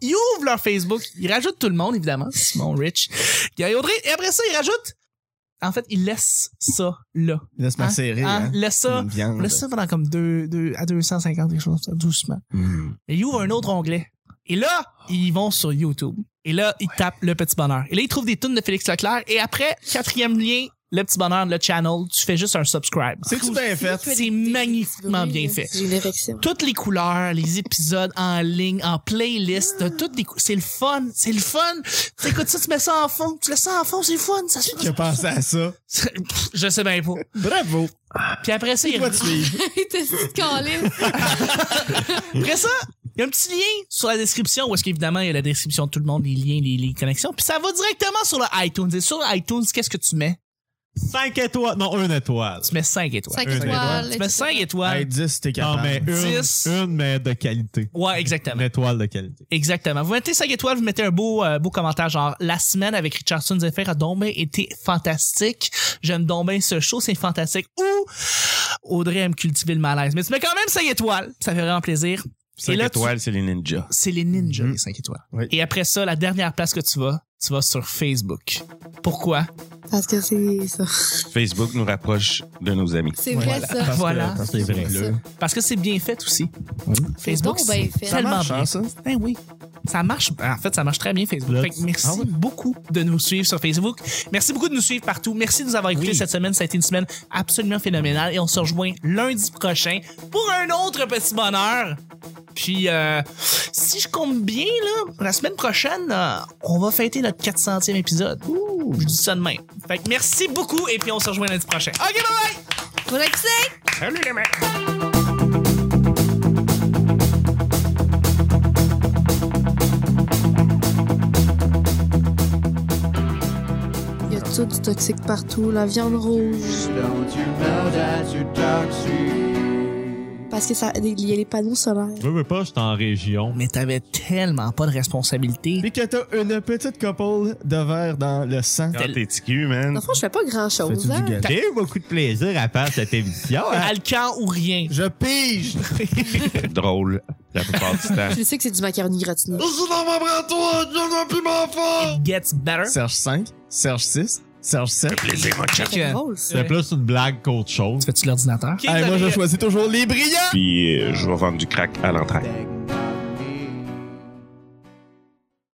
Speaker 3: ils ouvrent leur Facebook, ils rajoutent tout le monde, évidemment. Simon, Rich, Guillaume, Audrey. Et après ça, ils rajoutent. En fait, ils laissent ça là.
Speaker 6: Laisse
Speaker 3: Hein?
Speaker 6: macérer.
Speaker 3: Hein?
Speaker 6: hein.
Speaker 3: Laisse ça.
Speaker 6: Une viande.
Speaker 3: Laisse ça pendant comme deux, deux, à 250, quelque chose comme ça, doucement.
Speaker 6: Mm.
Speaker 3: Et il ouvre un autre onglet. Et là, ils vont sur YouTube. Et là, il tape le petit bonheur. Et là, il trouve des tunes de Félix Leclerc. Et après, quatrième lien, le petit bonheur, le channel, tu fais juste un subscribe.
Speaker 6: C'est-tu bien fait?
Speaker 3: C'est magnifiquement bien fait.
Speaker 5: J'ai une érection.
Speaker 3: Toutes les couleurs, les épisodes en ligne, en playlist, t'as toutes les cou- c'est le fun, c'est le fun. T'écoutes ça, tu mets ça en fond, tu laisses ça en fond, c'est le fun, ça se
Speaker 6: Qui a pensé à ça?
Speaker 3: Pff, Je sais bien pas.
Speaker 6: Bravo!
Speaker 3: Puis après ça, il
Speaker 6: Toi, tu es-
Speaker 5: T'es scandalé.
Speaker 3: Après ça, il y a un petit lien sur la description où est-ce qu'évidemment il y a la description de tout le monde, les liens, les, les connexions. Puis ça va directement sur le iTunes. Et sur iTunes, qu'est-ce que tu mets?
Speaker 7: 5 étoiles. Non, 1 étoile.
Speaker 3: Tu mets 5 étoiles.
Speaker 5: Cinq
Speaker 7: Une
Speaker 5: étoiles.
Speaker 3: tu mets 5 étoiles.
Speaker 6: Hey, 10, t'es
Speaker 7: Non,
Speaker 6: capable.
Speaker 7: mais une,
Speaker 3: Dix.
Speaker 7: une, mais de qualité.
Speaker 3: Ouais,
Speaker 7: Une
Speaker 3: exactement.
Speaker 7: étoile de qualité.
Speaker 3: Exactement. Vous mettez 5 étoiles, vous mettez un beau, euh, beau commentaire genre la semaine avec Richardson Zephyr a donc bien été fantastique. J'aime donc bien ce show, c'est fantastique. Ou Audrey aime cultiver le malaise. Mais tu mets quand même 5 étoiles. Ça fait vraiment plaisir.
Speaker 2: Cinq
Speaker 3: Et là, tu-
Speaker 2: étoiles, c'est les ninjas.
Speaker 3: c'est les ninjas, les 5 étoiles.
Speaker 6: Mm-hmm. Oui.
Speaker 3: Et après ça, la dernière place que tu vas, tu vas sur Facebook. Pourquoi?
Speaker 5: Parce que c'est ça.
Speaker 2: Facebook nous rapproche de nos amis.
Speaker 5: C'est vrai, ça.
Speaker 6: Parce que-
Speaker 3: Voilà.
Speaker 6: parce que c'est vrai.
Speaker 5: Ça.
Speaker 6: là.
Speaker 3: Parce que c'est bien fait aussi.
Speaker 6: Oui.
Speaker 3: Facebook,
Speaker 5: Donc, ben,
Speaker 3: c'est
Speaker 5: fait.
Speaker 6: Ça
Speaker 3: tellement
Speaker 6: marche,
Speaker 3: bien.
Speaker 6: hein, ça?
Speaker 3: Ben oui. Ça marche. En fait, ça marche très bien, Facebook.
Speaker 7: Là,
Speaker 3: Fait que
Speaker 7: tu-
Speaker 3: merci
Speaker 6: Ah ouais.
Speaker 3: beaucoup de nous suivre sur Facebook. Merci beaucoup de nous suivre partout. Merci de nous avoir écoutés cette semaine. Ça a été une semaine absolument phénoménale. Et on se rejoint lundi prochain pour un autre petit bonheur. Puis, euh, si je compte bien, là, la semaine prochaine, euh, on va fêter notre 400e épisode. Je dis ça demain. Fait que merci beaucoup. Et puis, on se rejoint lundi prochain. OK, bye bye!
Speaker 5: Faut l'accepter. Il y a tout du toxique partout, la viande rouge. Parce que ça, il y a les panneaux solaires.
Speaker 7: Je veux pas, je suis en région.
Speaker 3: Mais t'avais tellement pas de responsabilité.
Speaker 6: Puis que t'as une petite couple de verre dans le sang.
Speaker 2: Quand t'es ticu, man.
Speaker 5: Dans le fond, je fais pas grand chose.
Speaker 6: Fais-tu
Speaker 5: Hein?
Speaker 6: du gâteau?
Speaker 7: J'ai eu beaucoup de plaisir à faire cette émission. hein.
Speaker 3: Alcan ou rien.
Speaker 6: Je pige!
Speaker 2: Drôle, la plupart du temps.
Speaker 5: Je sais que c'est du macaroni gratiné.
Speaker 4: Je suis dans ma bratoise, je n'ai plus ma femme.
Speaker 3: It gets better.
Speaker 6: Serge 5, Serge 6, Serge 7.
Speaker 2: Plaisir, mon chat.
Speaker 5: C'est drôle, ça.
Speaker 7: C'était plus une blague qu'autre chose.
Speaker 3: Tu fais-tu l'ordinateur?
Speaker 6: Hey, moi, je choisis toujours les brillants!
Speaker 2: Puis euh, je vais vendre du crack à l'entraide.